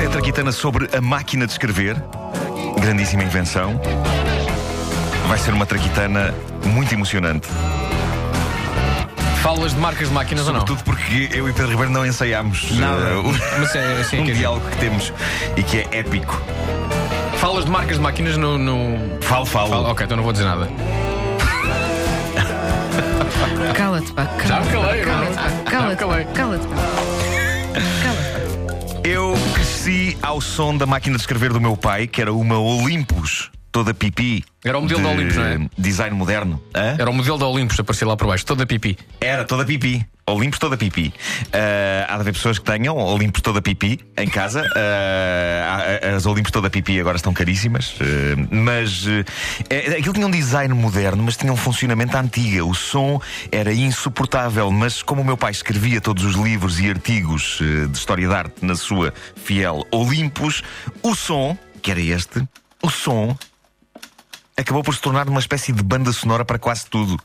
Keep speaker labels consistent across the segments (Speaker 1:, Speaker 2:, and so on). Speaker 1: letra quitana é sobre a máquina de escrever. Grandíssima invenção. Vai ser uma traquitana muito emocionante.
Speaker 2: Falas de marcas de máquinas ou não?
Speaker 1: Sobretudo porque eu e Pedro Ribeiro não ensaiámos
Speaker 2: Nada.
Speaker 1: eh, o-
Speaker 2: Mas é assim
Speaker 1: um
Speaker 2: que é.
Speaker 1: diálogo que temos e que é épico.
Speaker 2: Falas de marcas de máquinas no. no...
Speaker 1: Falo, falo.
Speaker 2: Fala- ok, então não vou dizer nada.
Speaker 3: Cala-te, pá.
Speaker 2: Já
Speaker 3: Cala-te.
Speaker 2: me calei, agora
Speaker 3: Cala-te,
Speaker 2: não. é?
Speaker 3: pá.
Speaker 2: Já me
Speaker 3: Cala-te,
Speaker 2: calei.
Speaker 3: pá. Cala-te, pá. Cala-te.
Speaker 1: Eu cresci ao som da máquina de escrever do meu pai, que era uma Olympus, toda pipi.
Speaker 2: Era o modelo
Speaker 1: de
Speaker 2: da Olympus, não é?
Speaker 1: Design moderno. Hã?
Speaker 2: Era o modelo da Olympus a aparecer lá por baixo, toda pipi.
Speaker 1: Era toda pipi. Olympus toda pipi. Ah, há de haver pessoas que tenham Olympus toda pipi em casa. Ah, há- as Olympus toda pipi agora estão caríssimas. Ah, mas ah, é- aquilo tinha um design moderno, mas tinha um funcionamento à antiga. O som era insuportável, mas como o meu pai escrevia todos os livros e artigos ah, de história de arte na sua fiel Olympus, o som, que era este, o som acabou por se tornar uma espécie de banda sonora para quase tudo,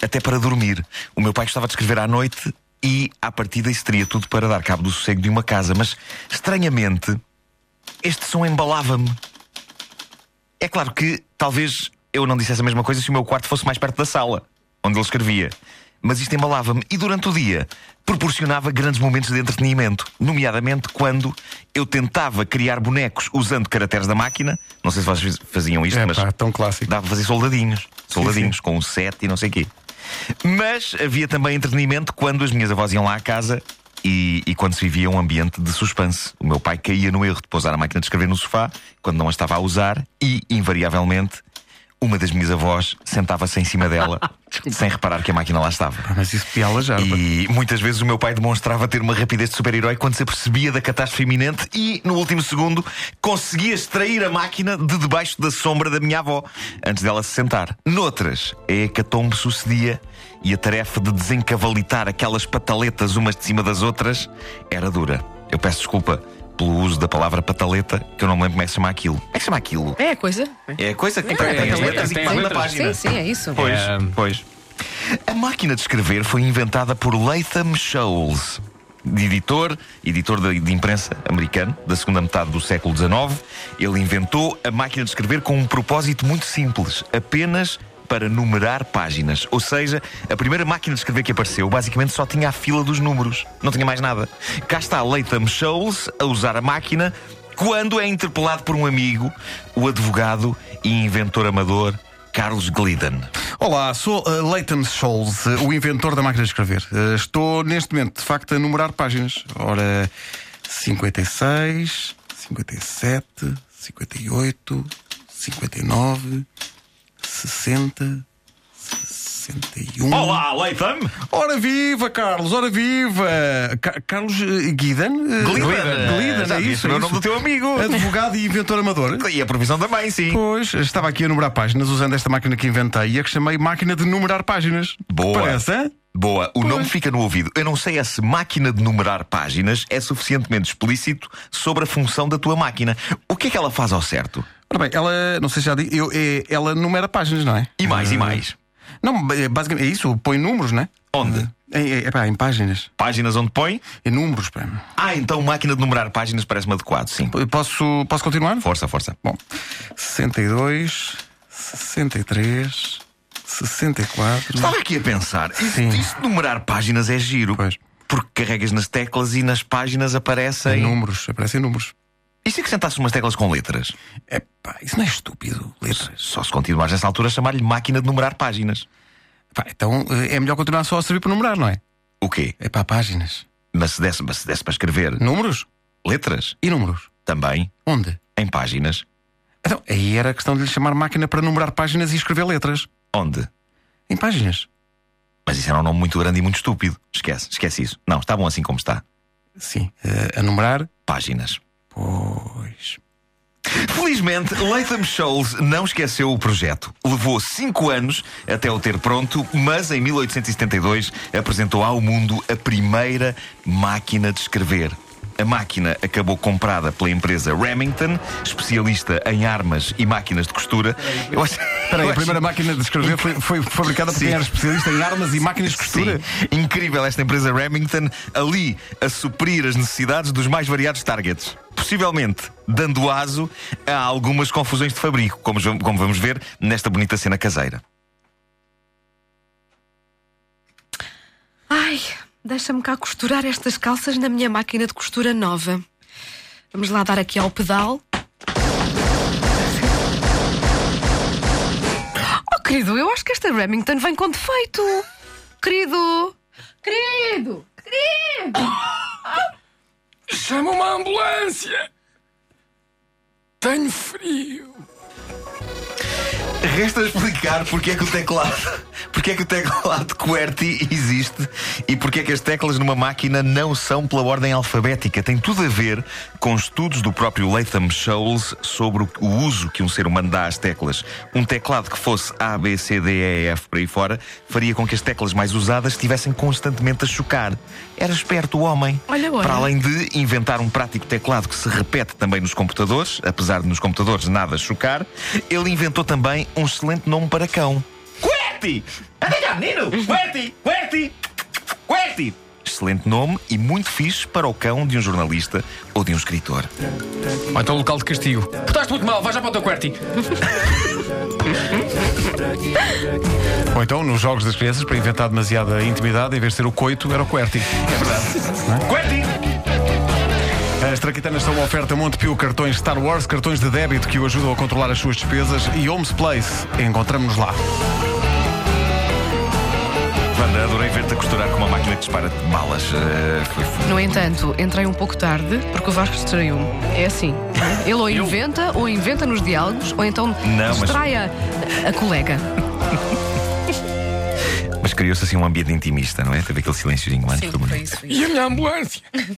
Speaker 1: até para dormir. O meu pai gostava de escrever à noite e, à partida, isso teria tudo para dar cabo do sossego de uma casa, mas estranhamente, este som embalava-me. É claro que talvez eu não dissesse a mesma coisa se o meu quarto fosse mais perto da sala, onde ele escrevia. Mas isto embalava-me e durante o dia proporcionava grandes momentos de entretenimento, nomeadamente quando eu tentava criar bonecos usando caracteres da máquina. Não sei se vocês faziam isto,
Speaker 4: É
Speaker 1: mas
Speaker 4: pá, tão clássico.
Speaker 1: Dá para fazer soldadinhos. Soldadinhos com um set e não sei o quê. Mas havia também entretenimento quando as minhas avós iam lá à casa e, e quando se vivia um ambiente de suspense. O meu pai caía no erro de pousar a máquina de escrever no sofá quando não a estava a usar e, invariavelmente, uma das minhas avós sentava-se em cima dela sem reparar que a máquina lá estava.
Speaker 4: Mas isso piala já.
Speaker 1: E muitas vezes o meu pai demonstrava ter uma rapidez de super-herói quando se apercebia da catástrofe iminente e, no último segundo, conseguia extrair a máquina de debaixo da sombra da minha avó, antes dela se sentar. Noutras, a hecatombe sucedia e a tarefa de desencavalitar aquelas pataletas umas de cima das outras era dura. Eu peço desculpa pelo uso da palavra pataleta, que eu não me lembro como é que se chama aquilo. Como é que se chama aquilo?
Speaker 3: É a coisa?
Speaker 1: É a coisa que
Speaker 3: É,
Speaker 1: tem,
Speaker 2: tem
Speaker 1: as
Speaker 2: as
Speaker 1: letras e
Speaker 2: letras,
Speaker 1: que
Speaker 2: tem as
Speaker 1: põe na
Speaker 2: letras.
Speaker 1: página.
Speaker 3: Sim, sim, é isso.
Speaker 1: Pois,
Speaker 2: É,
Speaker 1: pois. A máquina de escrever foi inventada por Latham Scholes, de editor, editor de, de imprensa americano, da segunda metade do século XIX. Ele inventou a máquina de escrever com um propósito muito simples, apenas para numerar páginas. Ou seja, a primeira máquina de escrever que apareceu basicamente só tinha a fila dos números, não tinha mais nada. Cá está Latham Scholes a usar a máquina quando é interpelado por um amigo, o advogado e inventor amador Carlos Glidden.
Speaker 4: Olá, sou uh, Leighton Scholes, uh, o inventor da máquina de escrever. Uh, estou neste momento, de facto, a numerar páginas. Ora, 56, 57, 58, 59, 60, 61.
Speaker 1: Olá, Leitam!
Speaker 4: Ora viva, Carlos, ora viva! Ca- Carlos uh, Guidan? Uh, Glidden, é isso.
Speaker 1: é
Speaker 4: é
Speaker 1: o nome do
Speaker 4: isso.
Speaker 1: teu amigo.
Speaker 4: Advogado e inventor amador.
Speaker 1: E a previsão também, sim.
Speaker 4: Pois, estava aqui a numerar páginas usando esta máquina que inventei e a que chamei máquina de numerar páginas.
Speaker 1: Boa.
Speaker 4: Parece, hã?
Speaker 1: Boa, o nome fica no ouvido. Eu não sei é se máquina de numerar páginas é suficientemente explícito sobre a função da tua máquina. O que é que ela faz ao certo?
Speaker 4: Ora bem, ela, não sei se já disse, eu, é- ela numera páginas, não é?
Speaker 1: E mais, e mais.
Speaker 4: Não, é basicamente é isso, põe números, não é?
Speaker 1: Onde?
Speaker 4: É, é, é pá, em páginas.
Speaker 1: Páginas onde põe?
Speaker 4: Em números, pá.
Speaker 1: Ah, então máquina de numerar páginas parece-me adequado, sim.
Speaker 4: Eu Posso, posso continuar?
Speaker 1: Força, força.
Speaker 4: Bom, 62, 63, 64.
Speaker 1: Estava aqui a pensar, isso,
Speaker 4: Sim.
Speaker 1: isso de numerar páginas é giro.
Speaker 4: Pois.
Speaker 1: Porque carregas nas teclas e nas páginas aparecem.
Speaker 4: Números, aparecem números.
Speaker 1: E se acrescentasse umas teclas com letras?
Speaker 4: É pá, isso não é estúpido, letras.
Speaker 1: Só se continuares nessa altura a chamar-lhe máquina de numerar páginas.
Speaker 4: Pá, então eh, é melhor continuar só a servir para numerar, não é?
Speaker 1: O quê?
Speaker 4: É pá, páginas.
Speaker 1: Mas se desse, mas se desse para escrever
Speaker 4: Números
Speaker 1: letras,
Speaker 4: e números.
Speaker 1: também,
Speaker 4: Onde?
Speaker 1: em páginas,
Speaker 4: Então, aí era questão de lhe chamar máquina para numerar páginas e escrever letras.
Speaker 1: onde?
Speaker 4: Em páginas.
Speaker 1: Mas isso era um nome muito grande e muito estúpido. Esquece, esquece isso. Não, está bom assim como está.
Speaker 4: Sim. eh, a numerar.
Speaker 1: Páginas.
Speaker 4: Pois.
Speaker 1: Felizmente, Latham Scholes não esqueceu o projeto. Levou cinco anos até o ter pronto, mas em 1872 apresentou ao mundo a primeira máquina de escrever. A máquina acabou comprada pela empresa Remington, especialista em armas e máquinas de costura. Eu acho...
Speaker 4: Espera aí,
Speaker 1: eu
Speaker 4: a
Speaker 1: acho
Speaker 4: primeira máquina de escrever foi, foi fabricada por
Speaker 1: Sim.
Speaker 4: quem era especialista em armas e máquinas de costura.
Speaker 1: Sim, incrível esta empresa Remington ali a suprir as necessidades dos mais variados targets. possivelmente dando aso a algumas confusões de fabrico, como, jo- como vamos ver nesta bonita cena caseira.
Speaker 3: Ai, deixa-me cá costurar estas calças na minha máquina de costura nova. Vamos lá dar aqui ao pedal. Oh, querido, eu acho que esta Remington vem com defeito. Querido! Querido! Querido!
Speaker 2: Chama uma ambulância! Tenho frio!
Speaker 1: Resta explicar porque é que o teclado, porque é que o teclado QWERTY existe e porque é que as teclas numa máquina não são pela ordem alfabética. Tem tudo a ver com estudos do próprio Latham Scholes sobre o- o uso que um ser humano dá às teclas. Um teclado que fosse A, B, C, D, E, F por aí fora faria com que as teclas mais usadas estivessem constantemente a chocar. Era esperto o homem.
Speaker 3: Olha, olha.
Speaker 1: Para além além de inventar um prático teclado que se repete também nos computadores, apesar de nos computadores nada chocar, ele inventou também um excelente nome para cão. Querti! Anda cá, menino! Querti! Querti! Querti! Excelente nome e muito fixe para o cão de um jornalista ou de um escritor.
Speaker 2: Ou então o local de castigo. Portaste muito mal, vai já para o teu quarto.
Speaker 4: Ou então, nos jogos das crianças, para inventar demasiada intimidade, em vez de ser o coito, era o QWERTY.
Speaker 1: Querti!
Speaker 4: As traquitanas são uma oferta Montepio Cartões Star Wars, cartões de débito que o ajudam a controlar as suas despesas e Homes Place. Encontramos-nos lá.
Speaker 1: Wanda, adorei ver-te a costurar com uma máquina que dispara balas. Eh, foi- foi-
Speaker 3: No entanto, entrei um pouco tarde porque o Vasco distraiu-me. É assim. Ele ou inventa, ou inventa nos diálogos, ou então
Speaker 1: mas-
Speaker 3: distrai a- a colega.
Speaker 1: Mas criou-se assim um ambiente intimista, não é? Teve aquele silênciozinho lá.
Speaker 3: Sim,
Speaker 1: foi bonito.
Speaker 3: foi isso. foi isso.
Speaker 2: E a minha ambulância?